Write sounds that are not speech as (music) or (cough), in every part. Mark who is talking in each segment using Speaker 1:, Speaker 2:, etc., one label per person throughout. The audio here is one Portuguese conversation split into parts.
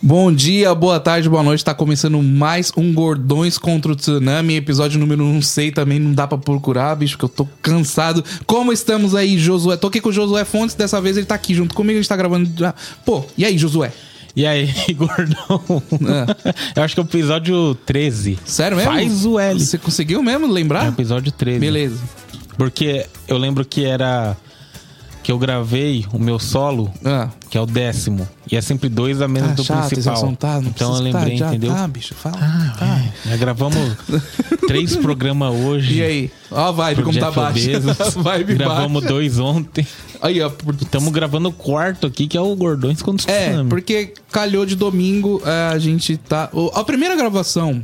Speaker 1: Bom dia, boa tarde, boa noite. Tá começando mais um Gordões contra o Tsunami, episódio número não sei também, não dá pra procurar, bicho, que eu tô cansado. Como estamos aí, Josué? Tô aqui com o Josué Fontes, dessa vez ele tá aqui junto comigo, a gente tá gravando. Ah, Pô, e aí, Josué?
Speaker 2: E aí, (laughs) gordão? Eu acho que é o episódio 13.
Speaker 1: Sério mesmo?
Speaker 2: Faz o L.
Speaker 1: Você conseguiu mesmo
Speaker 2: É o
Speaker 1: lembrar?
Speaker 2: episódio 13.
Speaker 1: Beleza.
Speaker 2: Porque eu lembro que era. Que eu gravei o meu solo,
Speaker 1: Ah,
Speaker 2: que é o décimo. E é sempre dois a menos
Speaker 1: tá
Speaker 2: do
Speaker 1: chato esse
Speaker 2: principal.
Speaker 1: assunto, tá? Não
Speaker 2: então eu
Speaker 1: precisa- tá,
Speaker 2: lembrei,
Speaker 1: já
Speaker 2: entendeu?
Speaker 1: Tá, bicho, fala. tá.
Speaker 2: Ah, é. Já gravamos três programas hoje.
Speaker 1: E aí? Ó a vibe,
Speaker 2: pro
Speaker 1: como tá
Speaker 2: Jeff
Speaker 1: baixo. (laughs)
Speaker 2: Bezos.
Speaker 1: A vibe
Speaker 2: gravamos
Speaker 1: baixa.
Speaker 2: dois ontem.
Speaker 1: Aí, ó, por-
Speaker 2: E estamos gravando o quarto aqui, que é o Gordões contra o
Speaker 1: É,
Speaker 2: Tsunami.
Speaker 1: porque calhou de domingo, é, a gente tá. o- a primeira gravação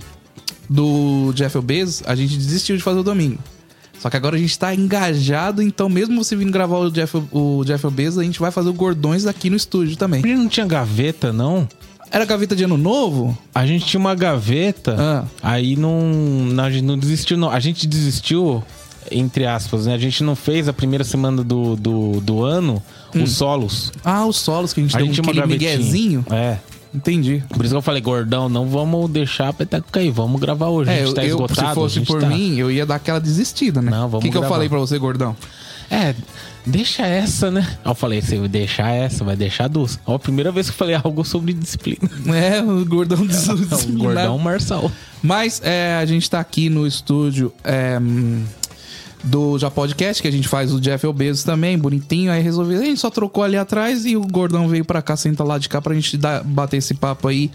Speaker 1: do Jeff Bezos, a gente desistiu de fazer o domingo. Só que agora a gente tá engajado, então mesmo você vindo gravar o Jeff, o Jeff Bezos, a gente vai fazer o Gordões aqui no estúdio também.
Speaker 2: Porque não tinha gaveta, não?
Speaker 1: Era gaveta de ano novo?
Speaker 2: A gente tinha uma gaveta,
Speaker 1: Ah.
Speaker 2: aí não, não, a gente não desistiu, não. A gente desistiu, entre aspas, né? A gente não fez a primeira semana do, do, do ano os solos.
Speaker 1: Ah, os solos que a gente Hum.
Speaker 2: A
Speaker 1: deu
Speaker 2: gente tinha
Speaker 1: um
Speaker 2: uma
Speaker 1: aquele
Speaker 2: gavetinha.
Speaker 1: miguezinho.
Speaker 2: É.
Speaker 1: Entendi.
Speaker 2: Por isso que eu falei, gordão, não vamos deixar a peteca cair, vamos gravar hoje. a
Speaker 1: É,
Speaker 2: gente
Speaker 1: eu,
Speaker 2: tá
Speaker 1: eu,
Speaker 2: esgotado.
Speaker 1: se
Speaker 2: a
Speaker 1: fosse
Speaker 2: gente
Speaker 1: por
Speaker 2: tá-
Speaker 1: mim, eu ia dar aquela desistida, né?
Speaker 2: Não, vamos
Speaker 1: O que, que eu
Speaker 2: gravar.
Speaker 1: falei pra você, gordão?
Speaker 2: É, deixa essa, né? Aí eu falei, você vai deixar essa, vai deixar duas. Ó, a primeira vez que eu falei algo sobre disciplina.
Speaker 1: É, o gordão um des-
Speaker 2: É (laughs) o gordão Marçal.
Speaker 1: Mas é, a gente tá aqui no estúdio é, hum, do Já Podcast, que a gente faz o Jeff Bezos também, bonitinho. Aí resolveu, ele só trocou ali atrás e o Gordão veio pra cá, senta lá de cá pra gente dar, bater esse papo aí.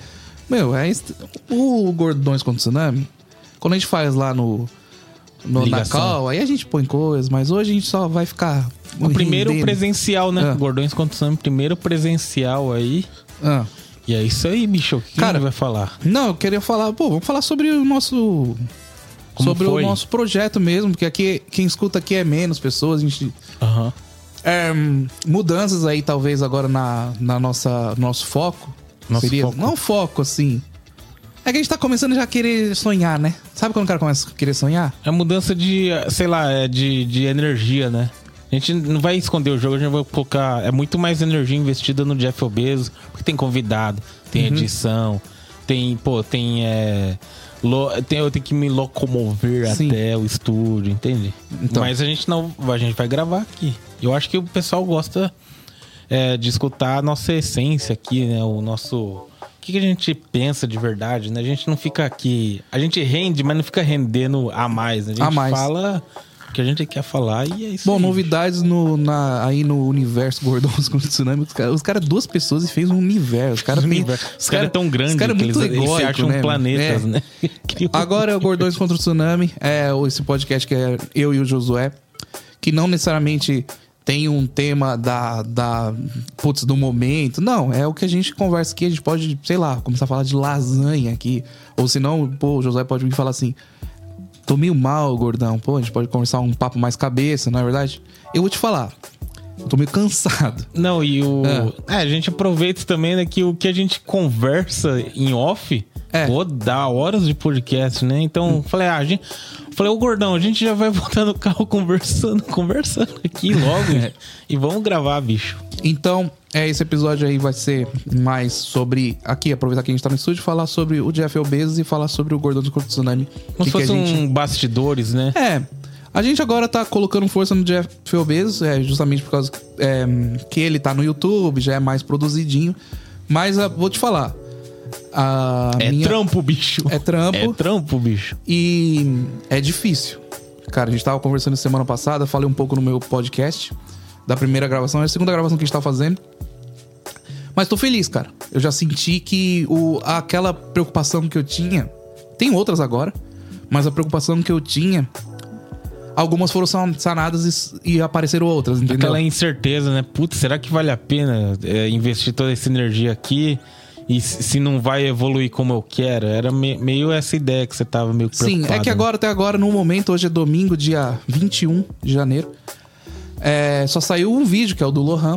Speaker 1: Meu, é est- o Gordões contra o Tsunami, quando a gente faz lá no, no na
Speaker 2: Ligação.
Speaker 1: call, aí a gente põe coisas, mas hoje a gente só vai ficar...
Speaker 2: O primeiro
Speaker 1: rendendo.
Speaker 2: presencial, né?
Speaker 1: Ah.
Speaker 2: Gordões contra o Sam, primeiro presencial aí.
Speaker 1: Ah.
Speaker 2: E é isso aí, bicho. O que
Speaker 1: Cara,
Speaker 2: ele vai falar?
Speaker 1: Não, eu queria falar, pô, vamos falar sobre o nosso.
Speaker 2: Como
Speaker 1: sobre
Speaker 2: foi?
Speaker 1: o nosso projeto mesmo, porque aqui quem escuta aqui é menos pessoas, a gente.
Speaker 2: Aham.
Speaker 1: é, hum, mudanças aí, talvez, agora na, na nossa nosso foco.
Speaker 2: Nosso foco.
Speaker 1: Não foco, assim. É que a gente tá começando já a querer sonhar, né? Sabe quando o cara começa a querer sonhar?
Speaker 2: É mudança de, sei lá, é de, de energia, né? A gente não vai esconder o jogo, a gente vai colocar. É muito mais energia investida no Jeff Bezos, porque tem convidado, tem edição, tem, pô, tem. É, lo- tem eu tenho que me locomover
Speaker 1: Sim.
Speaker 2: até é o estúdio, entende?
Speaker 1: Então.
Speaker 2: Mas a gente não. A gente vai gravar aqui. Eu acho que o pessoal gosta é, de escutar a nossa essência aqui, né? O nosso. O que, que a gente pensa de verdade, né? A gente não fica aqui. A gente rende, mas não fica rendendo a mais. né? A gente
Speaker 1: A mais.
Speaker 2: fala o que a gente quer falar e é isso.
Speaker 1: Bom,
Speaker 2: aí.
Speaker 1: novidades no, na- aí no universo Gordões com Tsunami. (laughs) Os caras cara, duas pessoas e fez um universo. Os caras
Speaker 2: Os
Speaker 1: têm-
Speaker 2: universo- Os caras é tão grandes
Speaker 1: Os caras
Speaker 2: que
Speaker 1: é muito
Speaker 2: eles, eles se
Speaker 1: egóico,
Speaker 2: acham
Speaker 1: né?
Speaker 2: planetas,
Speaker 1: É.
Speaker 2: né? (laughs)
Speaker 1: Agora é o Gordões contra o Tsunami, é o- esse podcast que é eu e o Josué, que não necessariamente tem um tema da, da putz, do momento. Não, é o que a gente conversa aqui, a gente pode, sei lá, começar a falar de lasanha aqui, ou senão, pô, o Josué pode vir falar assim: "Tô meio mal, gordão". Pô, a gente pode conversar um papo mais cabeça, não é verdade? Eu vou te falar. Eu tô meio cansado.
Speaker 2: Não, e o. É. a gente aproveita também né, que o que a gente conversa em off.
Speaker 1: É. Hum.
Speaker 2: Pô, dá horas de podcast, né? Então, eu falei, ah, a gente. eu Falei, ô gordão, a gente já vai (laughs) voltar no carro conversando, conversando aqui logo.
Speaker 1: É.
Speaker 2: e vamos gravar, bicho.
Speaker 1: Então, é, esse episódio aí vai ser mais sobre. Aqui, aproveitar que a gente tá no estúdio, falar sobre o Jeff Bezos e falar sobre o Gordão do Corpo Tsunami.
Speaker 2: Como se
Speaker 1: que que a
Speaker 2: fosse
Speaker 1: gente-
Speaker 2: um bastidores, né?
Speaker 1: É. A gente agora tá colocando força no Jeff Bezos, é, justamente por causa é, que ele tá no YouTube, já é mais produzidinho. Mas ah, vou te falar. A
Speaker 2: É
Speaker 1: minha...
Speaker 2: trampo, bicho.
Speaker 1: É trampo.
Speaker 2: É trampo, bicho.
Speaker 1: E é difícil. Cara, a gente tava conversando semana passada, falei um pouco no meu podcast da primeira gravação, é a segunda gravação que a gente tá fazendo. Mas tô feliz, cara. Eu já senti que o, aquela preocupação que eu tinha, tem outras agora, mas a preocupação que eu tinha, algumas foram san- sanadas e, e apareceram outras, entendeu?
Speaker 2: Aquela incerteza, né? Putz, será que vale a pena é, investir toda essa energia aqui? E se se não vai evoluir como eu quero? Era me- meio essa ideia que você tava meio preocupado.
Speaker 1: Sim, é que
Speaker 2: né?
Speaker 1: agora, até agora, no momento, hoje é domingo, dia 21 de janeiro. é, só saiu um vídeo, que é o do Lohan.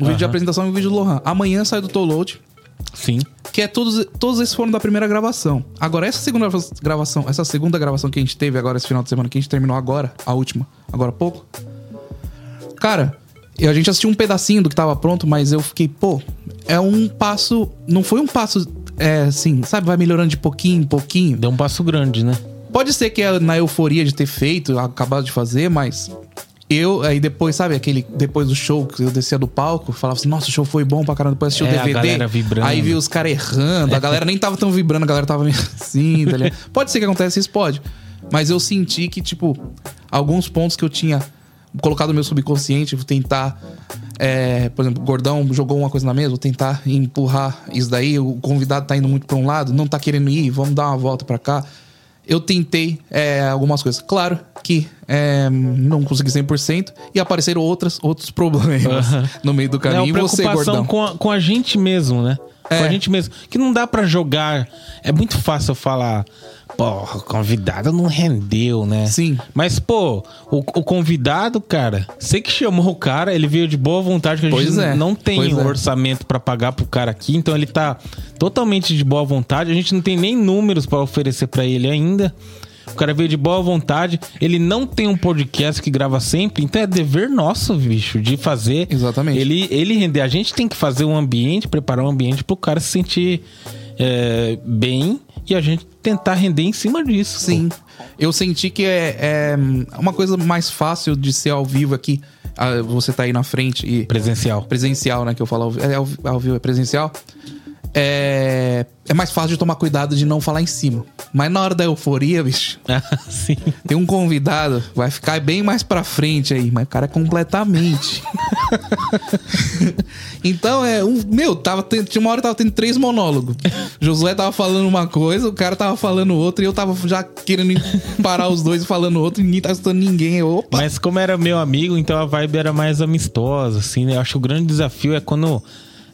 Speaker 1: Um vídeo de
Speaker 2: Aham.
Speaker 1: apresentação e um vídeo do Lohan. Amanhã sai do Toload,
Speaker 2: Sim.
Speaker 1: que é todos, todos esses foram da primeira gravação. Agora, essa segunda grava- gravação, essa segunda gravação que a gente teve agora esse final de semana, que a gente terminou agora, a última, agora há pouco. Cara, eu- a gente assistiu um pedacinho do que tava pronto, mas eu fiquei, pô, é um passo. Não foi um passo é, assim, sabe, vai melhorando de pouquinho em pouquinho.
Speaker 2: Deu um passo grande, né?
Speaker 1: Pode ser que é na euforia de ter feito, acabado de fazer, mas eu, aí depois, sabe, aquele, depois do show, que eu descia do palco, falava assim, nossa, o show foi bom pra caramba, depois assistiu o
Speaker 2: É, a
Speaker 1: DVD.
Speaker 2: galera vibrando.
Speaker 1: Aí vi os caras errando, a galera nem tava tão vibrando, a galera tava meio (laughs) assim, tá ligado? Pode ser que aconteça isso, pode. Mas eu senti que, tipo, alguns pontos que eu tinha colocado no meu subconsciente, vou tentar. é, por exemplo, o Gordão jogou uma coisa na mesa, vou tentar empurrar isso daí. O convidado tá indo muito pra um lado, não tá querendo ir, vamos dar uma volta pra cá. Eu tentei é, algumas coisas. Claro que é, não consegui 100% e apareceram outras, outros (laughs) problemas no meio do
Speaker 2: É
Speaker 1: caminho.
Speaker 2: uma
Speaker 1: e você, Gordão?
Speaker 2: preocupação com a, com a gente mesmo, né? Com
Speaker 1: É.
Speaker 2: a gente mesmo. Que não dá pra jogar. É muito fácil eu falar, porra, o convidado não rendeu, né?
Speaker 1: Sim.
Speaker 2: Mas, pô, o, o convidado, cara, você que chamou o cara, ele veio de boa vontade, que a
Speaker 1: Pois
Speaker 2: gente
Speaker 1: é,
Speaker 2: não tem
Speaker 1: pois é.
Speaker 2: orçamento pra pagar pro cara aqui, então ele tá totalmente de boa vontade, a gente não tem nem números pra oferecer pra ele ainda. O cara veio de boa vontade, ele não tem um podcast que grava sempre, então é dever nosso, bicho, de fazer
Speaker 1: Exatamente.
Speaker 2: ele, ele render. A gente tem que fazer um ambiente, preparar um ambiente pro cara se sentir é, bem e a gente tentar render em cima disso. pô.
Speaker 1: Sim. Eu senti que é, é uma coisa mais fácil de ser ao vivo aqui. Ah, Você tá aí na frente e
Speaker 2: Presencial. (laughs)
Speaker 1: presencial, né? Que eu falo ao, vi- é, ao, vi- ao vivo é presencial. É, é mais fácil de tomar cuidado de não falar em cima. Mas na hora da euforia, (laughs) bicho,
Speaker 2: Ah, sim.
Speaker 1: tem um convidado, vai ficar bem mais pra frente aí, mas o cara é completamente. então é um. Meu, tava tendo, tinha uma hora que tava tendo três monólogos. Josué tava falando uma coisa, o cara tava falando outra, e eu tava já querendo parar os dois e falando outra, e ninguém tá escutando ninguém. Eu, Opa!
Speaker 2: Mas como era meu amigo, então a vibe era mais amistosa, assim, né? Eu acho que o grande desafio é quando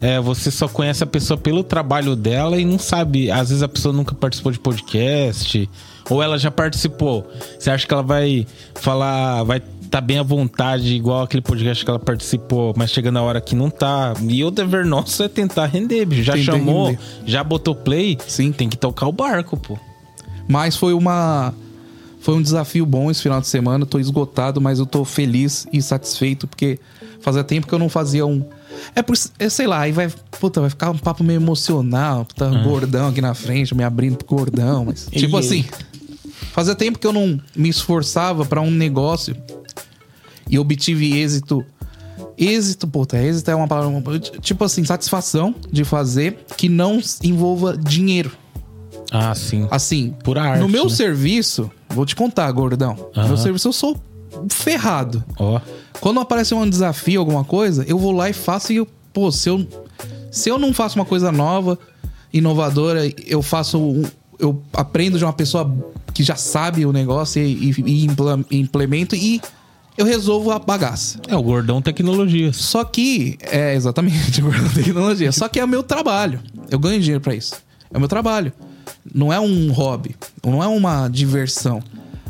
Speaker 2: é, você só conhece a pessoa pelo trabalho dela e não sabe. Às vezes a pessoa nunca participou de podcast, ou ela já participou. Você acha que ela vai falar, vai tá bem à vontade, igual aquele podcast que ela participou, mas chega na hora que não tá. E o dever nosso é tentar render, bicho. Já
Speaker 1: Tentar
Speaker 2: chamou,
Speaker 1: render.
Speaker 2: já botou play,
Speaker 1: Sim.
Speaker 2: tem que tocar o barco, pô.
Speaker 1: Mas foi uma. Foi um desafio bom esse final de semana. Eu tô esgotado, mas eu tô feliz e satisfeito, porque fazia tempo que eu não fazia um. É por. é, sei lá, aí vai. Puta, vai ficar um papo meio emocional. Tá gordão aqui na frente, me abrindo pro gordão.
Speaker 2: (laughs)
Speaker 1: Mas.
Speaker 2: Ah. E
Speaker 1: tipo
Speaker 2: aí?
Speaker 1: assim. Fazia tempo que eu não me esforçava pra um negócio e obtive êxito. Êxito, puta, êxito é uma palavra. Tipo assim, satisfação de fazer que não envolva dinheiro.
Speaker 2: Ah, sim.
Speaker 1: Assim,
Speaker 2: Pura arte.
Speaker 1: no meu
Speaker 2: né?
Speaker 1: serviço, vou te contar, gordão. No meu
Speaker 2: Aham.
Speaker 1: serviço eu sou ferrado.
Speaker 2: Ó.
Speaker 1: Quando aparece um desafio, alguma coisa, eu vou lá e faço e eu, pô, se eu, se eu não faço uma coisa nova, inovadora, eu faço um- eu aprendo de uma pessoa que já sabe o negócio e, e- e impla- implemento e eu resolvo a bagaça.
Speaker 2: É o gordão tecnologias.
Speaker 1: Só que, é exatamente, (laughs) gordão tecnologia. Só que é o meu trabalho. Eu ganho dinheiro pra isso. É o meu trabalho. Não é um hobby. Não é uma diversão.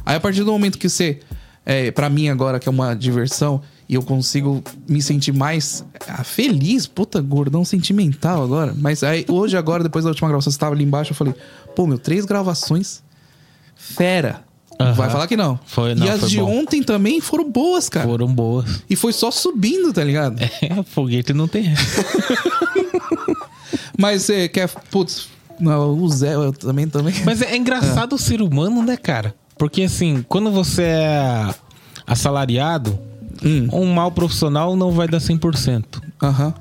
Speaker 1: Aí a partir do momento que você, é, para mim agora, que é uma diversão, e eu consigo me sentir mais ah, feliz, puta, gordão sentimental agora. Mas aí, hoje, agora, depois da última gravação, você tava ali embaixo, eu falei, pô, meu, três gravações. Fera.
Speaker 2: Aham.
Speaker 1: Vai falar que não.
Speaker 2: Foi, não,
Speaker 1: e as
Speaker 2: foi
Speaker 1: de
Speaker 2: bom.
Speaker 1: ontem também foram boas, cara.
Speaker 2: Foram boas.
Speaker 1: E foi só subindo, tá ligado?
Speaker 2: (laughs) É, foguete não tem.
Speaker 1: Mas você quer. Putz, não, o Zé eu também, também.
Speaker 2: Mas é, é engraçado o ser humano, né, cara? Porque assim, quando você é assalariado,
Speaker 1: Hum,
Speaker 2: um mau profissional não vai dar 100%.
Speaker 1: Aham.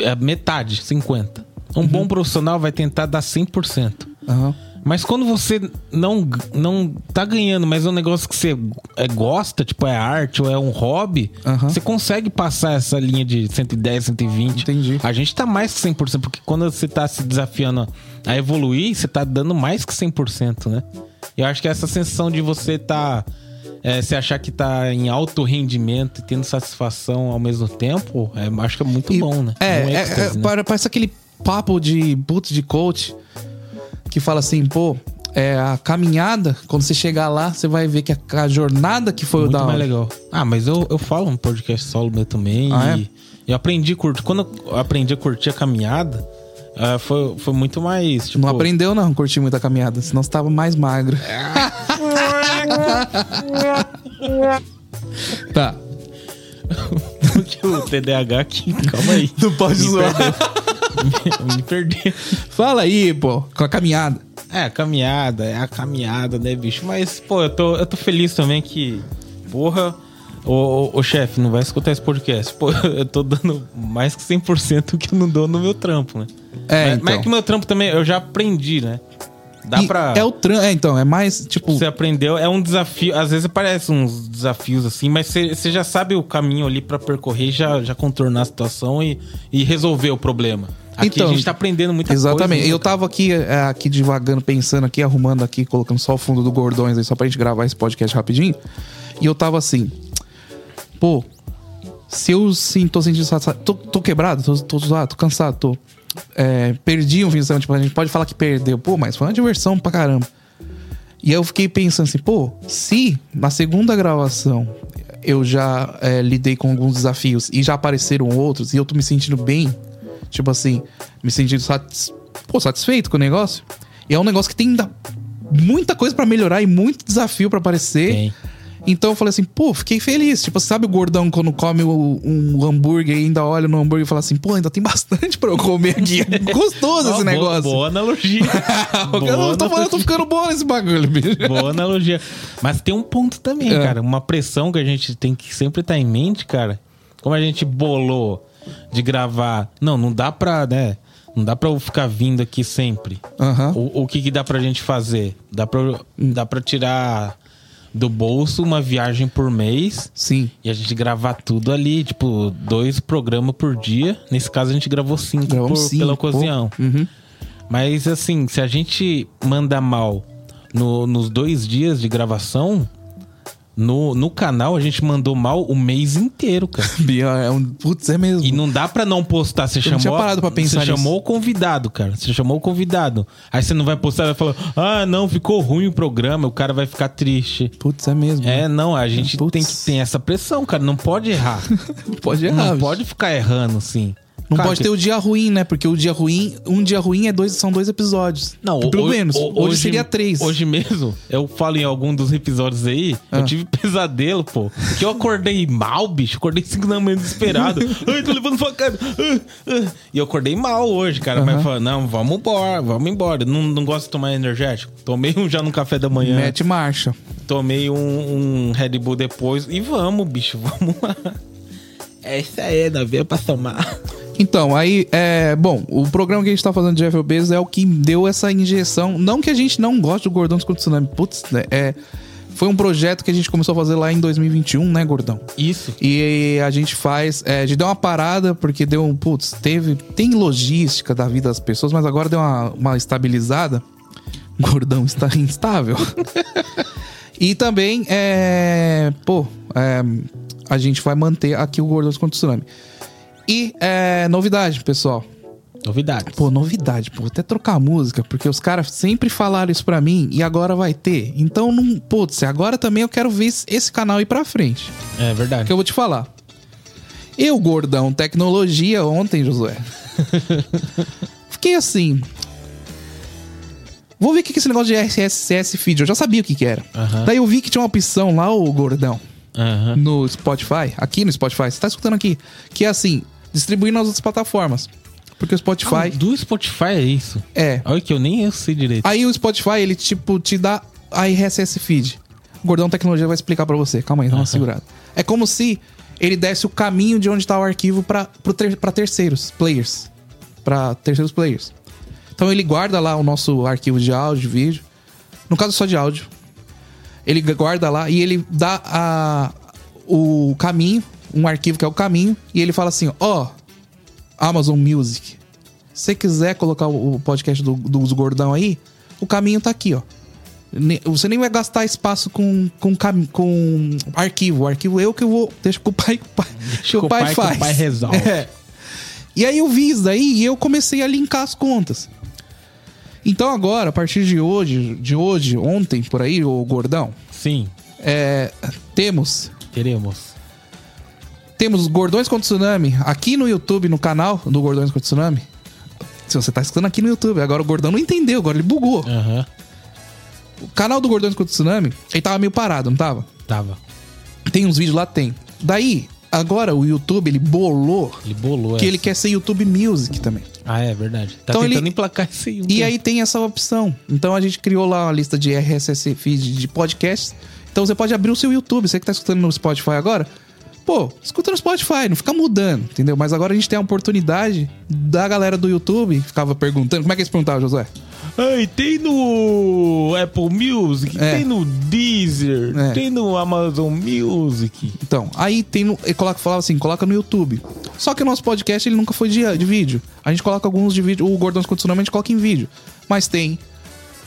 Speaker 2: É metade, 50%. Um bom profissional vai tentar dar 100%.
Speaker 1: Aham.
Speaker 2: Mas quando você não, não tá ganhando, mas é um negócio que você é, gosta, tipo é arte ou é um hobby,
Speaker 1: Aham.
Speaker 2: você consegue passar essa linha de 110, 120.
Speaker 1: Entendi.
Speaker 2: A gente tá mais que 100%, porque quando você tá se desafiando a evoluir, você tá dando mais que 100%, né? Eu acho que essa sensação de você tá. É, se achar que tá em alto rendimento e tendo satisfação ao mesmo tempo, é, acho que é muito
Speaker 1: E-
Speaker 2: bom, né?
Speaker 1: É,
Speaker 2: Um
Speaker 1: é, é,
Speaker 2: êxtase, né?
Speaker 1: para- parece aquele papo de putz de coach que fala assim, pô, é a caminhada, quando você chegar lá, você vai ver que a, a jornada que foi o
Speaker 2: Muito
Speaker 1: da.
Speaker 2: mais legal. Ah, mas eu, eu falo um podcast solo meu também.
Speaker 1: Ah,
Speaker 2: e Eu aprendi a curtir. Quando eu aprendi a curtir a caminhada, ah, foi, foi muito mais. Tipo,
Speaker 1: Não
Speaker 2: (laughs)
Speaker 1: aprendeu, não, curti muito a caminhada, senão você tava mais magro. tá.
Speaker 2: porque o TDAH aqui. Calma aí.
Speaker 1: Não pode
Speaker 2: Me
Speaker 1: zoar.
Speaker 2: perdeu. me, me perdi.
Speaker 1: Fala aí, pô, com a caminhada.
Speaker 2: É, a caminhada, é a caminhada, né, bicho? Mas, pô, eu tô, eu tô feliz também que. Porra. Ô, ô, ô, chefe, não vai escutar esse podcast. Pô, (laughs) eu tô dando mais que 100% que eu não dou no meu trampo, né?
Speaker 1: É,
Speaker 2: mas,
Speaker 1: então.
Speaker 2: mas que meu trampo também, eu já aprendi, né? Dá
Speaker 1: E
Speaker 2: pra.
Speaker 1: É o tran... É, então, é mais, tipo...
Speaker 2: Você aprendeu, é um desafio. Às vezes parece uns desafios assim, mas você você já sabe o caminho ali pra percorrer, já, já contornar a situação e, e resolver o problema. Aqui
Speaker 1: Então,
Speaker 2: a gente tá aprendendo muita
Speaker 1: Exatamente.
Speaker 2: coisa. né,
Speaker 1: eu tava aqui, é, aqui divagando, pensando aqui, arrumando aqui, colocando só o fundo do Gordões aí, só pra gente gravar esse podcast rapidinho. E eu tava assim, pô, se eu sim, tô sentindo satisfação, tô, tô quebrado, tô, tô zoado, tô cansado, tô. é, perdi um fim de semana, tipo, a gente pode falar que perdeu, pô, mas foi uma diversão pra caramba. E aí eu fiquei pensando assim, pô, se na segunda gravação eu já é, lidei com alguns desafios e já apareceram outros e eu tô me sentindo bem, tipo assim, me sentindo satis- pô, satisfeito com o negócio, e é um negócio que tem ainda muita coisa pra melhorar e muito desafio pra aparecer.
Speaker 2: Tem.
Speaker 1: Então eu falei assim, pô, fiquei feliz. Tipo, sabe o gordão quando come o- um hambúrguer e ainda olha no hambúrguer e fala assim, pô, ainda tem bastante pra eu comer aqui. (laughs) É Gostoso
Speaker 2: Ó,
Speaker 1: esse
Speaker 2: boa-
Speaker 1: negócio.
Speaker 2: Boa, analogia.
Speaker 1: (laughs)
Speaker 2: boa,
Speaker 1: eu não tô falando, eu tô ficando bom nesse bagulho, bicho.
Speaker 2: Boa analogia. Mas tem um ponto também,
Speaker 1: É.
Speaker 2: cara. Uma pressão que a gente tem que sempre estar em mente, cara. Como a gente bolou de gravar. Não, não dá pra, né? Não dá pra eu ficar vindo aqui sempre.
Speaker 1: Aham.
Speaker 2: O, o que, que dá pra gente fazer? Dá pra, dá pra tirar do bolso uma viagem por mês
Speaker 1: Sim.
Speaker 2: e a gente gravar tudo ali, tipo, dois programas por dia. Nesse caso, a gente gravou cinco,
Speaker 1: Gravamos
Speaker 2: por-
Speaker 1: cinco,
Speaker 2: pela
Speaker 1: pô.
Speaker 2: ocasião.
Speaker 1: Uhum.
Speaker 2: Mas assim, se a gente manda mal no- nos dois dias de gravação, no, no canal a gente mandou mal o mês inteiro, cara.
Speaker 1: Bia, é um. Putz, é mesmo.
Speaker 2: E não dá pra não postar. Você chamou.
Speaker 1: tinha parado pra pensar
Speaker 2: Você
Speaker 1: nisso.
Speaker 2: chamou o convidado, cara. Você chamou o convidado. Aí você não vai postar, vai falar: ah, não, ficou ruim o programa, o cara vai ficar triste.
Speaker 1: Putz, é mesmo.
Speaker 2: É, não, a gente
Speaker 1: Putz.
Speaker 2: tem que ter essa pressão, cara. Não pode
Speaker 1: (laughs)
Speaker 2: errar.
Speaker 1: Não pode errar.
Speaker 2: não
Speaker 1: bicho.
Speaker 2: pode ficar errando, sim.
Speaker 1: Não
Speaker 2: Cara,
Speaker 1: pode ter o dia ruim, né? Porque o dia ruim, um dia ruim é dois, são dois episódios.
Speaker 2: Não,
Speaker 1: pelo
Speaker 2: ho-
Speaker 1: menos.
Speaker 2: ho-
Speaker 1: hoje, seria três.
Speaker 2: Hoje mesmo, eu falo em algum dos episódios aí,
Speaker 1: Ah.
Speaker 2: eu tive pesadelo, pô. Que eu acordei mal, bicho. Acordei 5 da
Speaker 1: (laughs)
Speaker 2: manhã desesperado. Ai, tô levando facada. Ah, ah. E eu acordei mal hoje, cara. Mas falando, não, vamos embora, vamos embora. Não, não gosto de tomar energético. Tomei um já no café da manhã.
Speaker 1: Mete marcha.
Speaker 2: Tomei um, um Red Bull depois. E vamos, bicho, (laughs) vamos lá. Essa é, da veia pra tomar.
Speaker 1: Então, aí, é. Bom, o programa que a gente tá fazendo de Jeff Bezos é o que deu essa injeção. Não que a gente não goste do Gordão Escuta Tsunami. Putz, né? É. Foi um projeto que a gente começou a fazer lá em 2021, né, Gordão?
Speaker 2: Isso.
Speaker 1: E a gente faz. É, a gente deu uma parada, porque deu um. Putz, teve. Tem logística da vida das pessoas, mas agora deu uma, uma estabilizada. (laughs) O Gordão está instável. (laughs) e também, é. Pô, é, a gente vai manter aqui o Gordão contra o Tsunami. E é, novidade, pessoal.
Speaker 2: Novidade.
Speaker 1: Pô, novidade, pô, até trocar a música, porque os caras sempre falaram isso pra mim e agora vai ter. Então, não, putz, agora também eu quero ver esse- esse canal ir pra frente
Speaker 2: É verdade.
Speaker 1: que eu vou te falar. Eu, gordão, tecnologia ontem, Josué. Fiquei assim. Vou ver o que que é esse negócio de RSS feed. Eu já sabia o que, que era.
Speaker 2: Aham.
Speaker 1: Daí eu vi que tinha uma opção lá, ô gordão,
Speaker 2: Aham.
Speaker 1: no Spotify, aqui no Spotify, você tá escutando aqui, que é assim, distribuir nas outras plataformas. Porque o
Speaker 2: Ah,
Speaker 1: Spotify
Speaker 2: do Spotify é isso.
Speaker 1: é.
Speaker 2: Olha que eu nem eu sei direito.
Speaker 1: Aí o Spotify, ele tipo te dá a RSS feed. O Gordão Tecnologia vai explicar pra você. Calma aí, dá uma segurada. É como se ele desse o caminho de onde tá o arquivo pra pro ter, pra terceiros players, Pra terceiros players. Então ele guarda lá o nosso arquivo de áudio, vídeo. No caso só de áudio. Ele guarda lá e ele dá a, o caminho, um arquivo que é o caminho, e ele fala assim: ó, Amazon Music. Se você quiser colocar o o podcast do, dos gordão aí, o caminho tá aqui, ó. Ne- Você nem vai gastar espaço com, com, cam- com arquivo. O arquivo eu que eu vou. Deixa que o pai, que o
Speaker 2: (laughs)
Speaker 1: pai, que o pai
Speaker 2: que o
Speaker 1: faz.
Speaker 2: pai resolve.
Speaker 1: (laughs) É. E aí eu vi isso daí e eu comecei a linkar as contas. Então agora, a partir de hoje, de hoje, ontem, por aí, o gordão,
Speaker 2: Sim,
Speaker 1: é, temos
Speaker 2: teremos.
Speaker 1: temos Gordões contra o Tsunami aqui no YouTube, no canal do Gordões contra o Tsunami. Se você tá escutando aqui no YouTube, agora o Gordão não entendeu, agora ele bugou.
Speaker 2: Aham.
Speaker 1: O canal do Gordões contra o Tsunami, ele tava meio parado, não tava?
Speaker 2: Tava.
Speaker 1: Tem uns vídeos lá, tem. Daí, agora o YouTube, ele bolou
Speaker 2: Ele bolou
Speaker 1: que
Speaker 2: essa.
Speaker 1: ele quer ser YouTube Music também.
Speaker 2: Ah, é verdade. Tá
Speaker 1: Então
Speaker 2: tentando
Speaker 1: ele-
Speaker 2: emplacar esse aí. um
Speaker 1: E
Speaker 2: tempo.
Speaker 1: aí tem essa opção. Então a gente criou lá uma lista de RSS feed de podcasts. Então você pode abrir o seu YouTube. Você que tá escutando no Spotify agora, pô, escuta no Spotify, não fica mudando, entendeu? Mas agora a gente tem a oportunidade da galera do YouTube, que ficava perguntando. Como é que eles perguntavam, Josué?
Speaker 2: Ai, tem no Apple Music,
Speaker 1: É.
Speaker 2: tem no Deezer,
Speaker 1: É.
Speaker 2: tem no Amazon Music.
Speaker 1: Então, aí tem no, e coloca, falava assim, coloca no YouTube. Só que o nosso podcast ele nunca foi de, de vídeo. A gente coloca alguns de vídeo, o Gordões com Tsunami a gente coloca em vídeo. Mas tem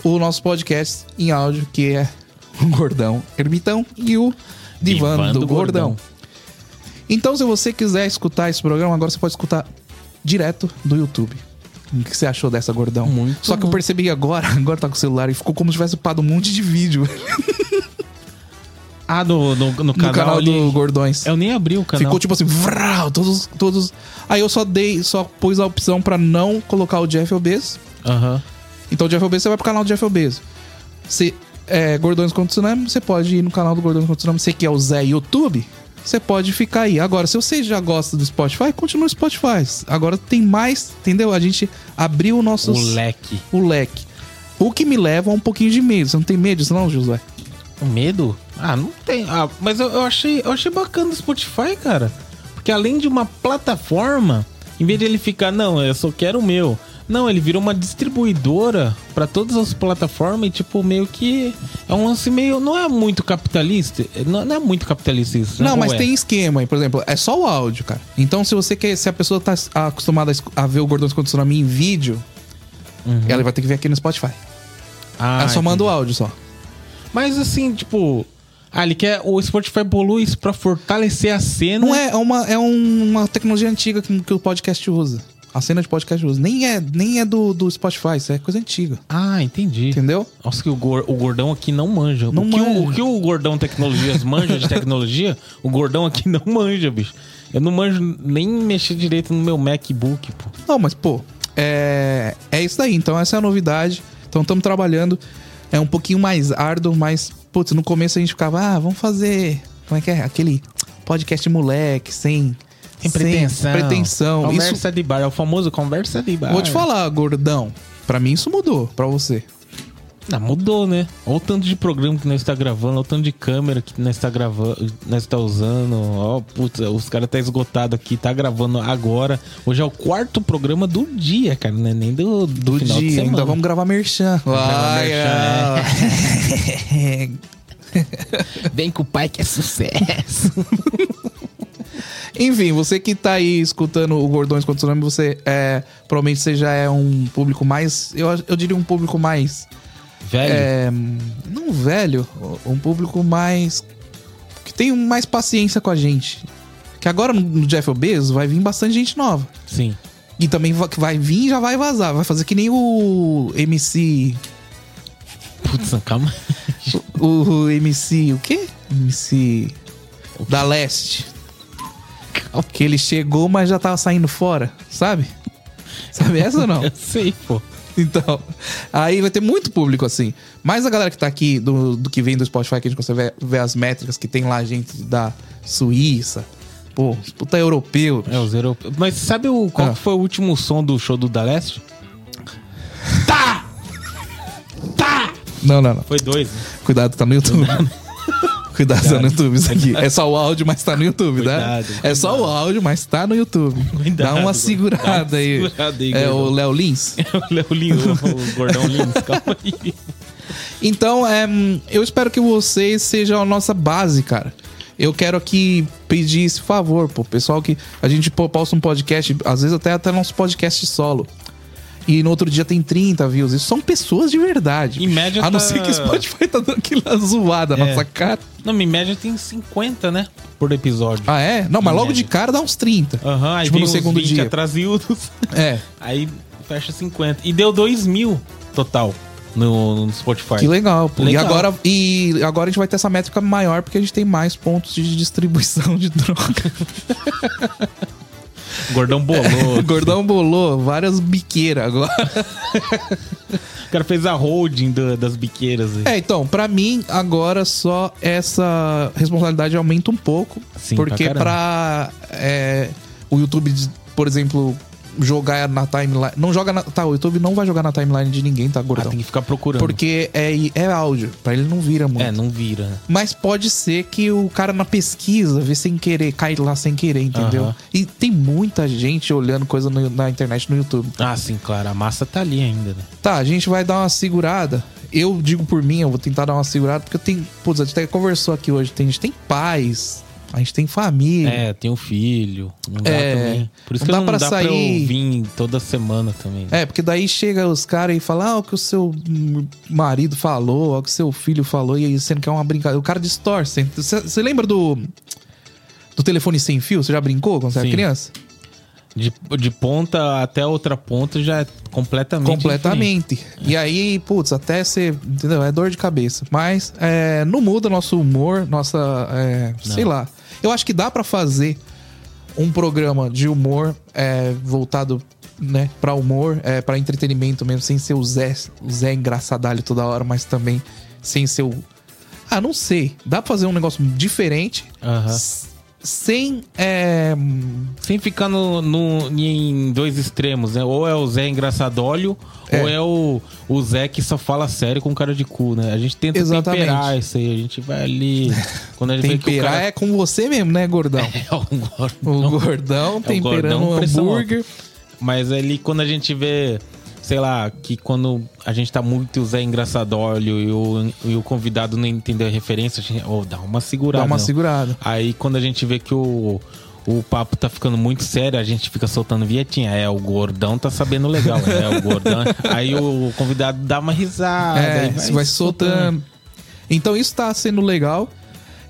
Speaker 1: o nosso podcast em áudio, que é o Gordão Ermitão e o Divan,
Speaker 2: Divan
Speaker 1: do,
Speaker 2: do
Speaker 1: Gordão.
Speaker 2: Gordão.
Speaker 1: Então, se você quiser escutar esse programa, agora você pode escutar direto do YouTube. O que você achou dessa, Gordão?
Speaker 2: Muito
Speaker 1: Só que eu
Speaker 2: bom.
Speaker 1: percebi agora, (laughs) agora tá com o celular e ficou como se tivesse upado um monte de vídeo (laughs)
Speaker 2: Ah, no, no, no
Speaker 1: no
Speaker 2: canal,
Speaker 1: canal
Speaker 2: ali.
Speaker 1: do Gordões.
Speaker 2: Eu nem abri o canal.
Speaker 1: Ficou tipo assim, vrau, todos, todos. Aí eu só dei, só pus a opção pra não colocar o Jeff Bezos.
Speaker 2: Aham.
Speaker 1: Então o Jeff Bezos, você vai pro canal do Jeff Bezos. Se é Gordões contra o Tsunami, você pode ir no canal do Gordões contra o Tsunami. Você que é o Zé YouTube, você pode ficar aí. Agora, se você já gosta do Spotify, continua no Spotify. Agora tem mais, entendeu? A gente abriu o nosso
Speaker 2: O leque.
Speaker 1: o leque. O que me leva a um pouquinho de medo. Você não tem medo disso não, Josué?
Speaker 2: O medo? Ah, não tem. Ah, mas eu, eu achei, eu achei bacana o Spotify, cara. Porque além de uma plataforma, em vez de ele ficar, não, eu só quero o meu. Não, ele virou uma distribuidora pra todas as plataformas e, tipo, meio que. É um lance meio. Não é muito capitalista. é, Não, não é muito capitalista isso. né?
Speaker 1: Não, mas
Speaker 2: Ou é?
Speaker 1: tem esquema aí, por exemplo, é só o áudio, cara. Então, se você quer, se a pessoa tá s- acostumada a escu- a ver o Gordão Escondido Tsunami em vídeo, ela vai ter que ver aqui no Spotify.
Speaker 2: Uhum. Ah,
Speaker 1: ela só
Speaker 2: entendi.
Speaker 1: manda o áudio só.
Speaker 2: Mas assim, tipo. Ah, ele quer. O Spotify bolou isso pra fortalecer a cena.
Speaker 1: Não é, é uma, é um- uma tecnologia antiga que, que o podcast usa. A cena de podcast usa. Nem é, nem é do, do Spotify, isso é coisa antiga.
Speaker 2: Ah, entendi.
Speaker 1: Entendeu?
Speaker 2: Nossa, que o, gor- o gordão aqui não manja.
Speaker 1: Não
Speaker 2: o, que
Speaker 1: manja.
Speaker 2: O, o que o gordão tecnologias manja de tecnologia, o gordão aqui não manja, bicho. Eu não manjo nem mexer direito no meu MacBook, pô.
Speaker 1: Não, mas pô, é, é isso daí. Então essa é a novidade. Então estamos trabalhando. É um pouquinho mais árduo, mas, putz, no começo a gente ficava, ah, vamos fazer. Como é que é? Aquele podcast moleque, sem.
Speaker 2: Sem pretensão. Ah,
Speaker 1: pretensão.
Speaker 2: Conversa
Speaker 1: Isso,
Speaker 2: de bar, é o famoso conversa de bar.
Speaker 1: vou te falar, gordão. Pra mim isso mudou, pra você.
Speaker 2: Ah, mudou, né? Olha o tanto de programa que nós tá gravando, olha o tanto de câmera que nós tá gravando, nós tá usando. Ó, putz, os caras tá esgotado aqui, tá gravando agora. Hoje é o quarto programa do dia, cara, não é nem do, do,
Speaker 1: Do
Speaker 2: final de
Speaker 1: dia, então
Speaker 2: semana.
Speaker 1: ainda vamos gravar merchan.
Speaker 2: gravar
Speaker 1: Vai, é.
Speaker 2: Vem com o pai que é sucesso.
Speaker 1: (laughs) Enfim, você que tá aí escutando o Gordões contra o Tsunami, você é, provavelmente você já é um público mais. Eu, eu diria um público mais
Speaker 2: Velho,
Speaker 1: é, não velho, um público mais que tem mais paciência com a gente. Que agora no Jeff Bezos vai vir bastante gente nova.
Speaker 2: sim.
Speaker 1: E também va- que vai vir e já vai vazar. Vai fazer que nem o MC.
Speaker 2: Putz, calma.
Speaker 1: O, o MC. O quê? MC. Da Leste. Que ele chegou, mas já tava saindo fora, sabe? Sabe essa ou não?
Speaker 2: (laughs) Eu sei, pô.
Speaker 1: (laughs) Então, aí vai ter muito público assim. Mas a galera que tá aqui, do, do que vem do Spotify, que a gente consegue ver, ver as métricas que tem lá, gente da Suíça, pô, uns puta europeu.
Speaker 2: É, os europeus. Mas sabe o, qual
Speaker 1: Ah.
Speaker 2: que foi o último som do show do Da Leste?
Speaker 1: Não, não, não.
Speaker 2: Foi dois. né? (laughs)
Speaker 1: Cuidado, tá no YouTube. (laughs) Cuidado, tá no YouTube isso aqui. É só o áudio, mas tá no YouTube, tá?
Speaker 2: Cuidado,
Speaker 1: É só o áudio, mas tá no YouTube.
Speaker 2: Cuidado,
Speaker 1: Dá uma
Speaker 2: mano. Dá
Speaker 1: segurada
Speaker 2: uma
Speaker 1: aí.
Speaker 2: segurada aí,
Speaker 1: É
Speaker 2: gordão.
Speaker 1: o Léo Lins.
Speaker 2: O Léo Lins, o Gordão (laughs) Lins, calma aí.
Speaker 1: Então, é, hum, eu espero que vocês sejam a nossa base, cara. Eu quero aqui pedir esse favor, pô. Pessoal que a gente pô, posta um podcast, às vezes até até nosso podcast solo. E no outro dia tem 30 views. Isso são pessoas de verdade.
Speaker 2: Em
Speaker 1: bicho.
Speaker 2: média
Speaker 1: A não
Speaker 2: tá-
Speaker 1: ser que o Spotify tá dando aquela zoada na
Speaker 2: É.
Speaker 1: nossa cara.
Speaker 2: Não, em média tem 50, né? Por episódio.
Speaker 1: Ah, é? Não, mas
Speaker 2: Em
Speaker 1: logo
Speaker 2: média.
Speaker 1: de
Speaker 2: Ah.
Speaker 1: cara dá uns 30.
Speaker 2: Aham, aí
Speaker 1: tipo
Speaker 2: vem
Speaker 1: no
Speaker 2: uns
Speaker 1: segundo
Speaker 2: 20
Speaker 1: dia.
Speaker 2: atrasildos. (laughs)
Speaker 1: É.
Speaker 2: Aí fecha 50. E deu 2 mil total no, no Spotify.
Speaker 1: Que legal, pô.
Speaker 2: Legal.
Speaker 1: E, agora, e agora a gente vai ter essa métrica (laughs) maior porque a gente tem mais pontos de distribuição de droga.
Speaker 2: Gordão bolou. (laughs)
Speaker 1: O gordão bolou várias biqueiras agora.
Speaker 2: O cara fez a holding da- das biqueiras. aí.
Speaker 1: É, então, pra mim, agora só essa responsabilidade aumenta um pouco.
Speaker 2: Sim,
Speaker 1: porque
Speaker 2: pra
Speaker 1: pra,
Speaker 2: caramba.
Speaker 1: é, o YouTube, por exemplo, jogar na timeline. Não joga na. Tá, o YouTube não vai jogar na timeline de ninguém, tá,
Speaker 2: Ah,
Speaker 1: gordão?
Speaker 2: tem que ficar procurando.
Speaker 1: porque é, é áudio, pra ele não vira muito.
Speaker 2: É, não vira. né?
Speaker 1: Mas pode ser que o cara na pesquisa vê sem querer, cai lá sem querer, entendeu?
Speaker 2: Aham.
Speaker 1: E tem muita gente olhando coisa no- na internet no YouTube.
Speaker 2: Ah, sim, claro. A massa tá ali ainda, né?
Speaker 1: Tá, a gente vai dar uma segurada. Eu digo por mim, eu vou tentar dar uma segurada, porque eu tenho. Putz, a gente até conversou aqui hoje. Tem, a gente tem pais, a gente tem família.
Speaker 2: É, tem um filho. Não dá
Speaker 1: É,
Speaker 2: também. Por isso
Speaker 1: não
Speaker 2: que
Speaker 1: dá
Speaker 2: não
Speaker 1: pra
Speaker 2: dá pra
Speaker 1: sair-
Speaker 2: eu vir toda semana também.
Speaker 1: É, porque daí chega os caras e fala, ah, o que o seu marido falou, ah, o que o seu filho falou, e aí você não quer uma brincadeira. O cara distorce. Você você lembra do. Do telefone sem fio? Você já brincou quando você era
Speaker 2: Sim.
Speaker 1: criança?
Speaker 2: De, de ponta até outra ponta já é completamente.
Speaker 1: Completamente. E aí, putz, até você. Entendeu? É dor de cabeça. Mas é, não muda nosso humor, nossa. é, sei lá. Eu acho que dá pra fazer um programa de humor é, voltado. Né, pra humor, é, para entretenimento mesmo, sem ser o Zé, o Zé engraçadalho toda hora, mas também sem ser o. Ah, não sei. Dá pra fazer um negócio diferente,
Speaker 2: infinito. Aham.
Speaker 1: s- sem. é,
Speaker 2: Sem ficar no, no- em dois extremos, né? Ou é o Zé engraçadólio,
Speaker 1: É.
Speaker 2: ou é o, o Zé que só fala sério com cara de cu, né? A gente tenta
Speaker 1: Exatamente.
Speaker 2: temperar isso aí. A gente vai
Speaker 1: (laughs)
Speaker 2: ali. Quando a gente vê que o
Speaker 1: temperar
Speaker 2: cara
Speaker 1: é com você mesmo, né, gordão?
Speaker 2: (laughs) é um gordo.
Speaker 1: O gordão temperando
Speaker 2: É gordão,
Speaker 1: um
Speaker 2: pressão
Speaker 1: hambúrguer.
Speaker 2: Mas ali quando a gente vê, sei lá, que quando a gente tá muito o Zé engraçadólio e o, e o convidado não entendeu a referência, a gente oh, dá uma segurada.
Speaker 1: Dá uma
Speaker 2: não.
Speaker 1: segurada.
Speaker 2: Aí quando a gente vê que o, o papo tá ficando muito sério, a gente fica soltando vietinha. É, o gordão tá sabendo legal. É, o
Speaker 1: (laughs)
Speaker 2: gordão. Aí o convidado dá uma risada.
Speaker 1: é,
Speaker 2: aí
Speaker 1: vai, vai soltando. Então isso tá sendo legal.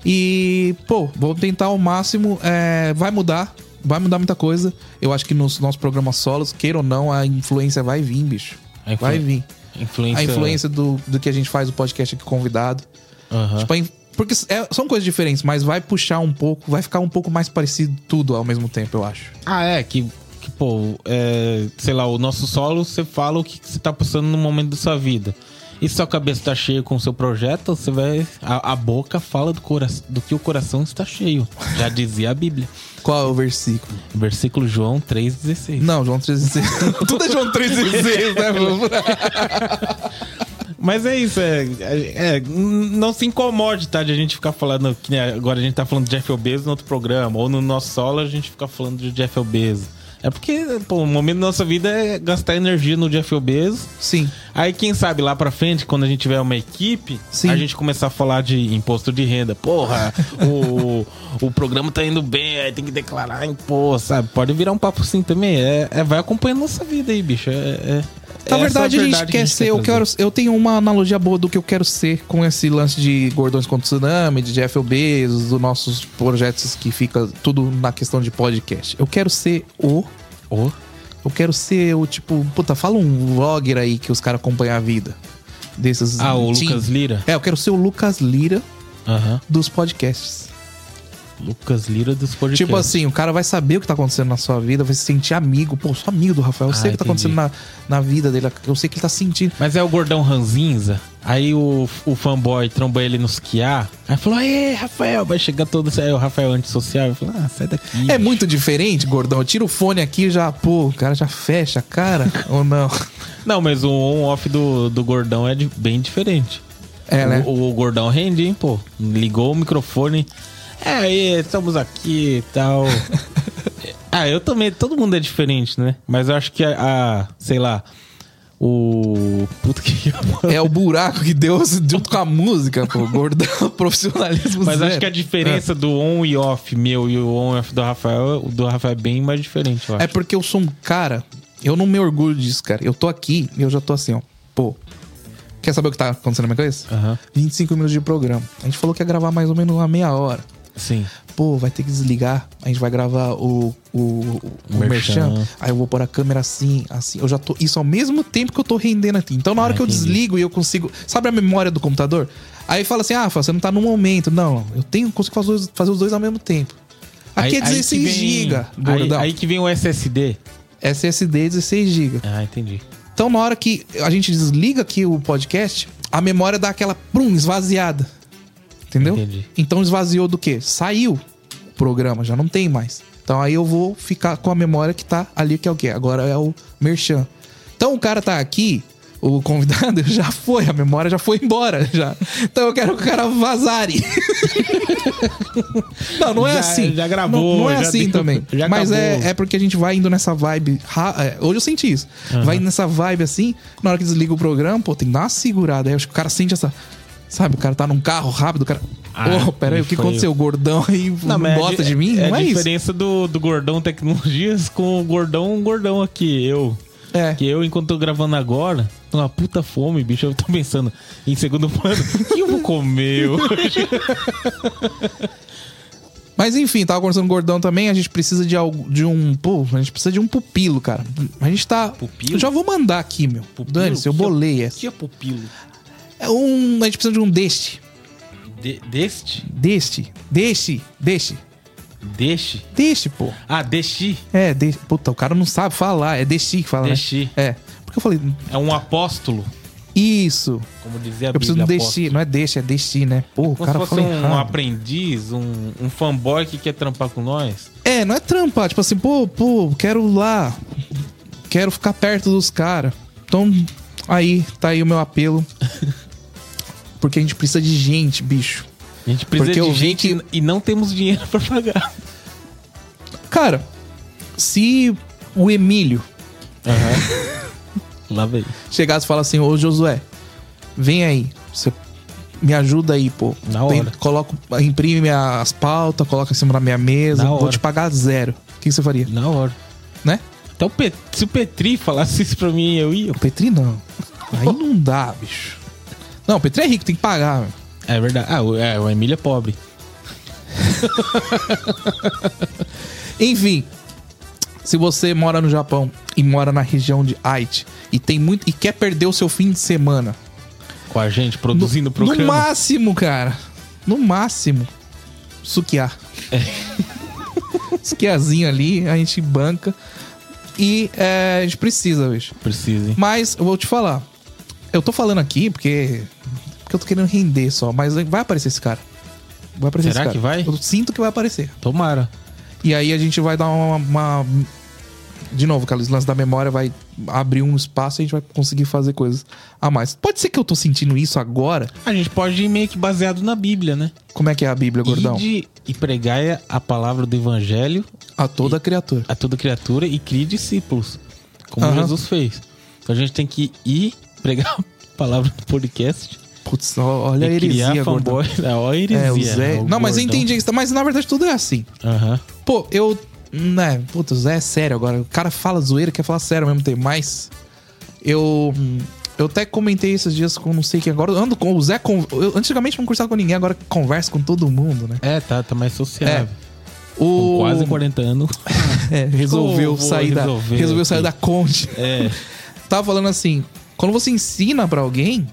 Speaker 1: E, pô, vamos tentar ao máximo. é, vai mudar. Vai mudar muita coisa. Eu acho que nos nossos programas solos, queira ou não, a influência vai vir, bicho.
Speaker 2: A influ-
Speaker 1: Vai vir.
Speaker 2: Influência.
Speaker 1: A influência do, do que a gente faz o podcast aqui convidado.
Speaker 2: Aham.
Speaker 1: Tipo, a in- porque é- são coisas diferentes, mas vai puxar um pouco, vai ficar um pouco mais parecido tudo ao mesmo tempo, eu acho.
Speaker 2: Ah, é, que, que pô, é, sei lá, o nosso solo, você fala o que você tá passando no momento da sua vida. E se sua cabeça tá cheia com o seu projeto, você vai. A, a boca fala do, cora, do que o coração está cheio. Já dizia a Bíblia.
Speaker 1: Qual é o versículo?
Speaker 2: Versículo João 3,16.
Speaker 1: Não, João 316. (laughs) Tudo é João 316, (laughs) né? mano?
Speaker 2: Mas é isso, é, é- é, não se incomode, tá? De a gente ficar falando, que nem agora a gente tá falando de Jeff Bezos no outro programa, ou no nosso solo a gente fica falando de Jeff Bezos. É porque, pô, o momento da nossa vida é gastar energia no Jeff Bezos.
Speaker 1: Sim.
Speaker 2: Aí, quem sabe, lá pra frente, quando a gente tiver uma equipe,
Speaker 1: Sim.
Speaker 2: a gente começar a falar de imposto de renda. Porra, o, o programa tá indo bem, aí tem que declarar imposto, sabe? Pode virar um papo assim também. É, é- vai acompanhando nossa vida aí, bicho. É, é- essa é
Speaker 1: Na verdade, a gente
Speaker 2: que
Speaker 1: quer ser. Eu,
Speaker 2: trazer.
Speaker 1: quero, eu tenho uma analogia boa do que eu quero ser com esse lance de Gordões contra o Tsunami, de Jeff Bezos, dos nossos projetos que fica tudo na questão de podcast. Eu quero ser o.
Speaker 2: Ô,
Speaker 1: Eu quero ser o tipo. Puta, fala um vlogger aí que os caras acompanham a vida. Desses.
Speaker 2: Ah, o
Speaker 1: teen-
Speaker 2: Lucas Lira?
Speaker 1: É, eu quero ser o Lucas Lira
Speaker 2: Aham.
Speaker 1: dos podcasts.
Speaker 2: Lucas Lira dos podcasts.
Speaker 1: Tipo assim, o cara vai saber o que tá acontecendo na sua vida, vai se sentir amigo. Pô, sou amigo do Rafael, eu sei o
Speaker 2: Ah,
Speaker 1: que tá
Speaker 2: entendi.
Speaker 1: acontecendo na, na vida dele, eu sei o que ele tá sentindo.
Speaker 2: Mas é o gordão ranzinza. Aí o, o fanboy tromba ele nos quiar. Aí falou: Aê, Rafael, vai chegar todo. Aí o Rafael é antissocial. Eu falo, ah, sai daqui.
Speaker 1: É muito diferente, gordão. Tira o fone aqui e já, pô, o cara já fecha a cara (laughs) ou não?
Speaker 2: Não, mas o on-off do, do gordão é de- bem diferente.
Speaker 1: É, né?
Speaker 2: (laughs) O, o gordão rende, hein, pô. Ligou o microfone. É aí, estamos aqui e
Speaker 1: (laughs)
Speaker 2: tal. ah, eu também. Todo mundo é diferente, né? Mas eu acho que a. a, sei lá. O. Puta que. (laughs)
Speaker 1: É o buraco que deu junto com a música, pô. Gordão, (laughs) profissionalismo
Speaker 2: Mas
Speaker 1: zero.
Speaker 2: acho que é a
Speaker 1: É.
Speaker 2: diferença do on e off meu e o on e off do Rafael, o do Rafael é bem mais diferente, eu acho.
Speaker 1: É porque eu sou um cara, eu não me orgulho disso, cara. Eu tô aqui e eu já tô assim, ó. Pô, quer saber o que tá acontecendo na minha cabeça?
Speaker 2: Aham.
Speaker 1: 25 minutos de programa. A gente falou que ia gravar mais ou menos uma meia hora.
Speaker 2: Sim.
Speaker 1: pô, vai ter que desligar, a gente vai gravar o, o, o, o merchan.
Speaker 2: Merchan.
Speaker 1: aí eu vou pôr a câmera assim, assim. Eu já tô. Isso ao mesmo tempo que eu tô rendendo aqui. Então na hora
Speaker 2: Ah,
Speaker 1: que eu
Speaker 2: entendi.
Speaker 1: desligo e eu consigo. Sabe a memória do computador? Aí fala assim, ah, Rafa, você não tá no momento. Não, eu tenho, consigo fazer, os- fazer os dois ao mesmo tempo. Aqui é
Speaker 2: Aí- aí que
Speaker 1: 16
Speaker 2: vem-
Speaker 1: GB,
Speaker 2: Aí,
Speaker 1: gordão.
Speaker 2: aí que vem o SSD.
Speaker 1: SSD 16 GB.
Speaker 2: Ah, entendi.
Speaker 1: Então, na hora que a gente desliga aqui o podcast, a memória dá aquela prum, esvaziada. Entendeu?
Speaker 2: Entendi.
Speaker 1: Então esvaziou do quê? Saiu o programa, já não tem mais. Então aí eu vou ficar com a memória que tá ali, que é o quê? Agora é o Merchan. Então o cara tá aqui, o convidado (laughs) já foi, a memória já foi embora já. Então eu quero que o cara vazare. (laughs) não, não é
Speaker 2: Já-
Speaker 1: assim.
Speaker 2: já gravou,
Speaker 1: Não, não é
Speaker 2: já
Speaker 1: assim
Speaker 2: deu-
Speaker 1: também.
Speaker 2: já
Speaker 1: Mas é,
Speaker 2: acabou.
Speaker 1: é porque a gente vai indo nessa vibe. ra- é, Hoje eu senti isso. Vai indo nessa vibe assim, na hora que desliga o programa, pô, tem que dar uma segurada. Aí eu acho que o cara sente essa. Sabe, o cara tá num carro rápido, o cara.
Speaker 2: Ah,
Speaker 1: Ô, peraí, o que
Speaker 2: foi
Speaker 1: aconteceu? O gordão aí não,
Speaker 2: mas é a
Speaker 1: gosta
Speaker 2: di-
Speaker 1: de mim?
Speaker 2: É
Speaker 1: não
Speaker 2: a
Speaker 1: é isso.
Speaker 2: diferença do, do Gordão Tecnologias com o Gordão um Gordão aqui, eu.
Speaker 1: É.
Speaker 2: Que eu, enquanto tô gravando agora, tô uma puta fome, bicho. Eu tô pensando em segundo plano, o que eu vou (laughs) comer hoje?
Speaker 1: Mas enfim, tava conversando com o gordão também, a gente precisa de algo de um. Pô, a gente precisa de um pupilo, cara. A gente tá.
Speaker 2: Pupilo?
Speaker 1: Eu já vou mandar aqui, meu.
Speaker 2: Pupilo?
Speaker 1: Dane-se, eu
Speaker 2: Que-
Speaker 1: bolei essa.
Speaker 2: é pupilo?
Speaker 1: É um. A gente precisa de um deste.
Speaker 2: deste?
Speaker 1: Deste. Deste. Deste.
Speaker 2: Deste?
Speaker 1: Deste, pô.
Speaker 2: Ah, deste.
Speaker 1: É, de... puta, o cara não sabe falar. É desti que fala,
Speaker 2: Desti.
Speaker 1: né? É. Porque eu falei,
Speaker 2: É um apóstolo,
Speaker 1: isso.
Speaker 2: como dizia a
Speaker 1: Eu preciso de
Speaker 2: Bíblia.
Speaker 1: um
Speaker 2: apóstolo.
Speaker 1: desti. Não é deste, é desti, né? Pô, o
Speaker 2: Como
Speaker 1: cara
Speaker 2: se
Speaker 1: fala
Speaker 2: fosse um,
Speaker 1: errado.
Speaker 2: aprendiz, um, um fanboy que quer trampar com nós.
Speaker 1: É, não é trampar. Tipo assim, pô, pô, quero lá. Quero ficar perto dos caras. Então, aí, tá aí o meu
Speaker 2: (laughs)
Speaker 1: apelo. Porque a gente precisa de gente, bicho.
Speaker 2: A gente precisa
Speaker 1: Porque eu
Speaker 2: de
Speaker 1: vi
Speaker 2: gente e não temos dinheiro (laughs) pra pagar.
Speaker 1: Cara, se o Emílio
Speaker 2: Lá vem.
Speaker 1: chegasse e falasse assim, ô Josué, vem aí, você me ajuda aí, pô.
Speaker 2: Na
Speaker 1: Tem-
Speaker 2: hora.
Speaker 1: coloco, imprime as pautas, coloca em cima da minha mesa,
Speaker 2: Na
Speaker 1: vou
Speaker 2: hora.
Speaker 1: te pagar zero. O que que você faria,
Speaker 2: Na hora.
Speaker 1: né?
Speaker 2: Então, Pe- se o Petri falasse isso pra mim, eu ia.
Speaker 1: O Petri não. Aí não dá, bicho. Não, o Petri é rico, tem que pagar. meu.
Speaker 2: É verdade. Ah, o- é, o Emílio é pobre.
Speaker 1: Enfim, se você mora no Japão e mora na região de Aichi e tem muito e quer perder o seu fim de semana,
Speaker 2: Com a gente, produzindo
Speaker 1: no
Speaker 2: o programa.
Speaker 1: máximo, cara, no máximo, sukiá.
Speaker 2: É.
Speaker 1: (laughs) Sukiazinho ali, a gente banca e é, a gente precisa, bicho.
Speaker 2: Precisa, hein?
Speaker 1: Mas eu vou te falar. Eu tô falando aqui porque. Porque eu tô querendo render só, mas vai aparecer esse cara. Vai aparecer
Speaker 2: Será
Speaker 1: esse cara.
Speaker 2: que vai?
Speaker 1: Eu sinto que vai aparecer.
Speaker 2: Tomara.
Speaker 1: E aí a gente vai dar uma. uma- De novo, aqueles lance da memória vai abrir um espaço e a gente vai conseguir fazer coisas a mais. Pode ser que eu tô sentindo isso agora?
Speaker 2: A gente pode ir meio que baseado na Bíblia, né?
Speaker 1: Como é que é a Bíblia, gordão?
Speaker 2: Ide e pregai a palavra do Evangelho
Speaker 1: A toda criatura.
Speaker 2: a toda criatura e crie discípulos, como
Speaker 1: Aham.
Speaker 2: Jesus fez. Então a gente tem que ir pregar a palavra do podcast
Speaker 1: Putz, ó- olha a
Speaker 2: e
Speaker 1: heresia,
Speaker 2: criar
Speaker 1: gordão.
Speaker 2: fanboy. (laughs) Olha a heresia. né,
Speaker 1: É, o Zé.
Speaker 2: o
Speaker 1: Não, mas eu
Speaker 2: gordão.
Speaker 1: entendi. isso. Mas na verdade tudo é assim.
Speaker 2: Aham.
Speaker 1: Pô, eu. Né, puta, o Zé é sério agora. O cara fala zoeira, quer falar sério ao mesmo tempo. Mas. Eu. Eu até comentei esses dias com não sei quem agora. Eu ando com o Zé. Con... Eu, antigamente não conversava com ninguém, agora converso com todo mundo, né?
Speaker 2: É, tá, tá mais sociável. Com
Speaker 1: O.
Speaker 2: quase 40 anos.
Speaker 1: é, resolveu
Speaker 2: Vou
Speaker 1: sair da.
Speaker 2: resolver
Speaker 1: Resolveu
Speaker 2: aqui.
Speaker 1: sair da Conde.
Speaker 2: É.
Speaker 1: (laughs) Tava falando assim. Quando você ensina pra alguém.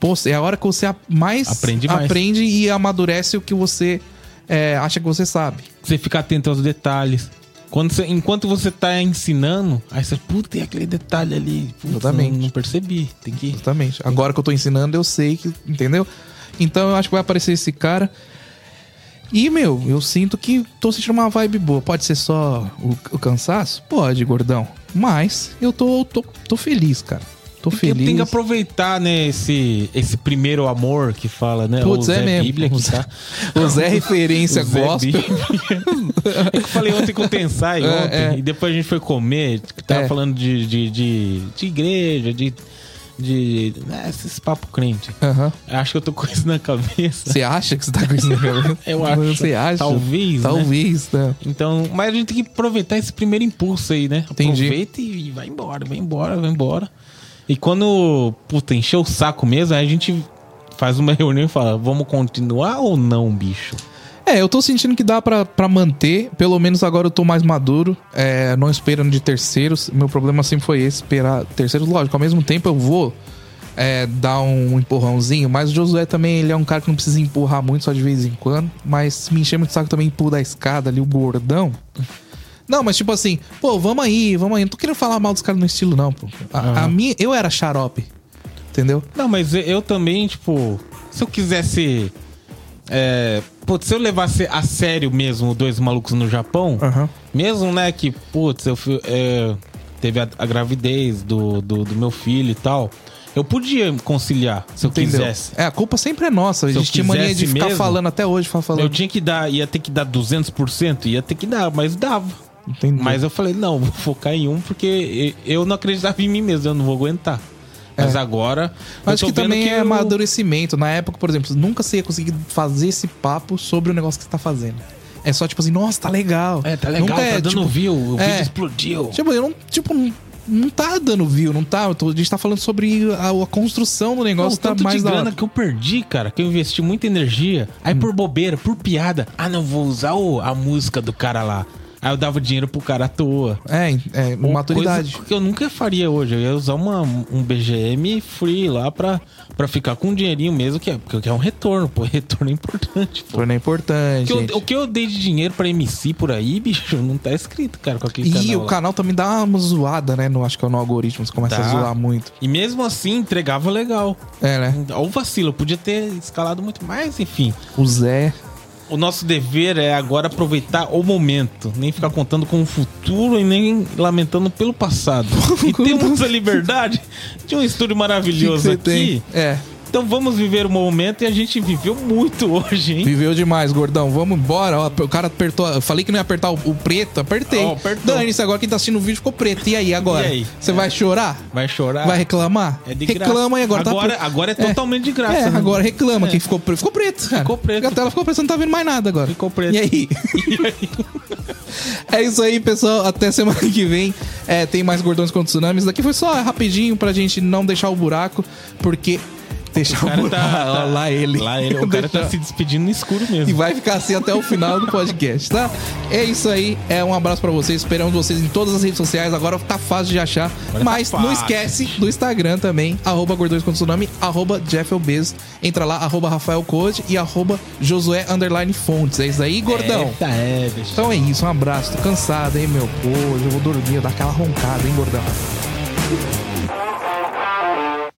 Speaker 1: Pô, é a hora que você a- mais
Speaker 2: Aprende mais.
Speaker 1: aprende e amadurece o que você é, acha que você sabe.
Speaker 2: Você fica atento aos detalhes. Quando você- enquanto você tá ensinando, aí você, puta, tem aquele detalhe ali. Putz,
Speaker 1: Exatamente.
Speaker 2: Não, não percebi. Tem que.
Speaker 1: Exatamente. Agora que eu tô ensinando, eu sei que. Entendeu? Então eu acho que vai aparecer esse cara. E, meu, eu sinto que tô sentindo uma vibe boa. Pode ser só o, o cansaço? Pode, gordão. Mas eu tô, tô, tô feliz, cara. Tô
Speaker 2: Tem que-
Speaker 1: feliz.
Speaker 2: Tem que aproveitar, né, esse, esse primeiro amor que fala, né?
Speaker 1: Putz,
Speaker 2: Ou
Speaker 1: é
Speaker 2: Zé
Speaker 1: mesmo.
Speaker 2: Bíblia
Speaker 1: O
Speaker 2: que
Speaker 1: Zé- (laughs)
Speaker 2: tá.
Speaker 1: O Zé é referência
Speaker 2: (laughs) O Zé
Speaker 1: gospel.
Speaker 2: Bíblia. é que eu falei ontem com o Tensai,
Speaker 1: (laughs) É,
Speaker 2: ontem,
Speaker 1: é.
Speaker 2: e depois a gente foi comer, que tava
Speaker 1: É.
Speaker 2: falando de, de, de, de igreja, de. de né, esses papo crente.
Speaker 1: Aham.
Speaker 2: Acho que eu tô com isso na cabeça.
Speaker 1: Você acha que você tá com isso na cabeça?
Speaker 2: (laughs) Eu acho.
Speaker 1: Você acha?
Speaker 2: Talvez, né?
Speaker 1: Talvez, né?
Speaker 2: Então, mas a gente tem que aproveitar esse primeiro impulso aí, né?
Speaker 1: Entendi.
Speaker 2: Aproveita e e vai embora, vai embora, vai embora. E quando, puta, encher o saco mesmo, aí a gente faz uma (laughs) reunião e fala, vamos continuar ou não, bicho?
Speaker 1: É, eu tô sentindo que dá pra pra manter. Pelo menos agora eu tô mais maduro. é, não esperando de terceiros. Meu problema sempre foi esse, esperar terceiros. Lógico, ao mesmo tempo eu vou é, dar um empurrãozinho, mas o Josué também ele é um cara que não precisa empurrar muito, só de vez em quando. Mas se me encher muito o saco também pulo da escada ali, o gordão. Não, mas tipo assim, pô, vamos aí, vamos aí. Não tô querendo falar mal dos caras no estilo, não, pô. A, a minha, eu era xarope, entendeu?
Speaker 2: Não, mas eu- eu também, tipo, se eu quisesse. É, putz, se eu levasse a sério mesmo o dois malucos no Japão,
Speaker 1: Aham.
Speaker 2: mesmo, né, que, putz, eu fui, é, teve a, a gravidez do, do, do meu filho e tal, eu podia conciliar se eu
Speaker 1: Entendeu?
Speaker 2: quisesse.
Speaker 1: É, a culpa sempre é nossa. A
Speaker 2: Se eu
Speaker 1: gente tinha mania de
Speaker 2: quisesse
Speaker 1: ficar
Speaker 2: mesmo,
Speaker 1: falando até hoje, ficar falando.
Speaker 2: Eu tinha que dar, ia ter que dar 200%, ia ter que dar, mas dava.
Speaker 1: Entendi.
Speaker 2: Mas eu falei, não, vou focar em um porque e- eu não acreditava em mim mesmo, eu não vou aguentar. Mas agora. eu
Speaker 1: É. Acho
Speaker 2: tô
Speaker 1: que
Speaker 2: vendo
Speaker 1: também é
Speaker 2: eu-
Speaker 1: amadurecimento. Na época, por exemplo, nunca você ia conseguir fazer esse papo sobre o negócio que você tá fazendo. É só tipo assim, nossa, tá legal.
Speaker 2: É, tá legal,
Speaker 1: Nunca é,
Speaker 2: tá dando
Speaker 1: tipo,
Speaker 2: view, o vídeo
Speaker 1: é.
Speaker 2: explodiu.
Speaker 1: Tipo, eu não, tipo, não- não tá dando view, não tá. Eu tô- a gente tá falando sobre a, a construção do
Speaker 2: Não, o
Speaker 1: negócio, tá
Speaker 2: tanto
Speaker 1: mais Hum.
Speaker 2: de
Speaker 1: da
Speaker 2: grana
Speaker 1: hora.
Speaker 2: que eu perdi, cara, que eu investi muita energia, aí por bobeira, por piada, ah, não, vou usar o- a música do cara lá. Aí eu dava o dinheiro pro cara à toa.
Speaker 1: É, é
Speaker 2: Ou
Speaker 1: maturidade.
Speaker 2: coisa que eu nunca faria hoje. Eu ia usar uma, um BGM free lá pra, pra ficar com um dinheirinho mesmo, que é, porque é um retorno, pô. (laughs) Retorno é importante, pô.
Speaker 1: Torna
Speaker 2: O
Speaker 1: importante.
Speaker 2: que eu-
Speaker 1: gente.
Speaker 2: o que eu dei de dinheiro pra MC por aí, bicho, não tá escrito, cara, com aquele
Speaker 1: E
Speaker 2: canal
Speaker 1: o
Speaker 2: lá.
Speaker 1: canal também dá uma zoada, né? No, acho que é no algoritmo, você começa a
Speaker 2: Dá.
Speaker 1: zoar muito.
Speaker 2: E mesmo assim, entregava legal.
Speaker 1: É, né?
Speaker 2: Olha o vacilo, eu podia ter escalado muito mais, enfim.
Speaker 1: O Zé.
Speaker 2: O nosso dever é agora aproveitar o momento, nem ficar contando com o futuro e nem lamentando pelo passado.
Speaker 1: (laughs)
Speaker 2: E temos a liberdade de um estúdio
Speaker 1: O
Speaker 2: maravilhoso
Speaker 1: (laughs) que que você
Speaker 2: aqui.
Speaker 1: tem? É.
Speaker 2: Então vamos viver o momento e a gente viveu muito hoje, hein?
Speaker 1: Viveu demais, gordão. Vamos embora. Ó, o cara apertou. Eu falei que não ia apertar o, o preto, apertei.
Speaker 2: Ó, apertou.
Speaker 1: Dane-se, agora quem tá assistindo o vídeo ficou preto. E aí, agora?
Speaker 2: E aí?
Speaker 1: Você vai chorar?
Speaker 2: Vai chorar.
Speaker 1: Vai reclamar?
Speaker 2: É de graça.
Speaker 1: Reclama e agora,
Speaker 2: Agora-
Speaker 1: tá preto.
Speaker 2: agora é totalmente de graça,
Speaker 1: É,
Speaker 2: né?
Speaker 1: agora reclama. Quem ficou preto, ficou preto. Cara.
Speaker 2: Ficou preto.
Speaker 1: A tela ficou preta, você não tá vendo mais nada agora.
Speaker 2: Ficou preto.
Speaker 1: E
Speaker 2: (laughs)
Speaker 1: aí? (laughs) é isso aí, pessoal. Até semana que vem. É, tem mais gordões contra tsunamis. Daqui foi só rapidinho pra gente não deixar o buraco, porque. Deixar o,
Speaker 2: O cara
Speaker 1: buraco. (laughs)
Speaker 2: tá,
Speaker 1: Ó,
Speaker 2: tá-
Speaker 1: lá ele.
Speaker 2: Lá ele. O cara tá
Speaker 1: Deixar-
Speaker 2: se despedindo no escuro
Speaker 1: e
Speaker 2: mesmo.
Speaker 1: vai ficar assim até o final do podcast, tá? É isso aí, é um abraço pra vocês, esperamos vocês em todas as redes sociais, agora tá fácil de achar,
Speaker 2: Agora
Speaker 1: mas
Speaker 2: tá
Speaker 1: não
Speaker 2: fácil.
Speaker 1: esquece do Instagram também, arroba gordões com tsunami, arroba Jeff Elbez, entra lá, arroba Rafael Code e arroba Josué Underline Fontes, é isso aí, gordão?
Speaker 2: Eita, é, bicho.
Speaker 1: Então é isso, um abraço, tô cansado, hein, meu? Pô, hoje eu vou dormir, eu vou dar aquela roncada, hein, gordão?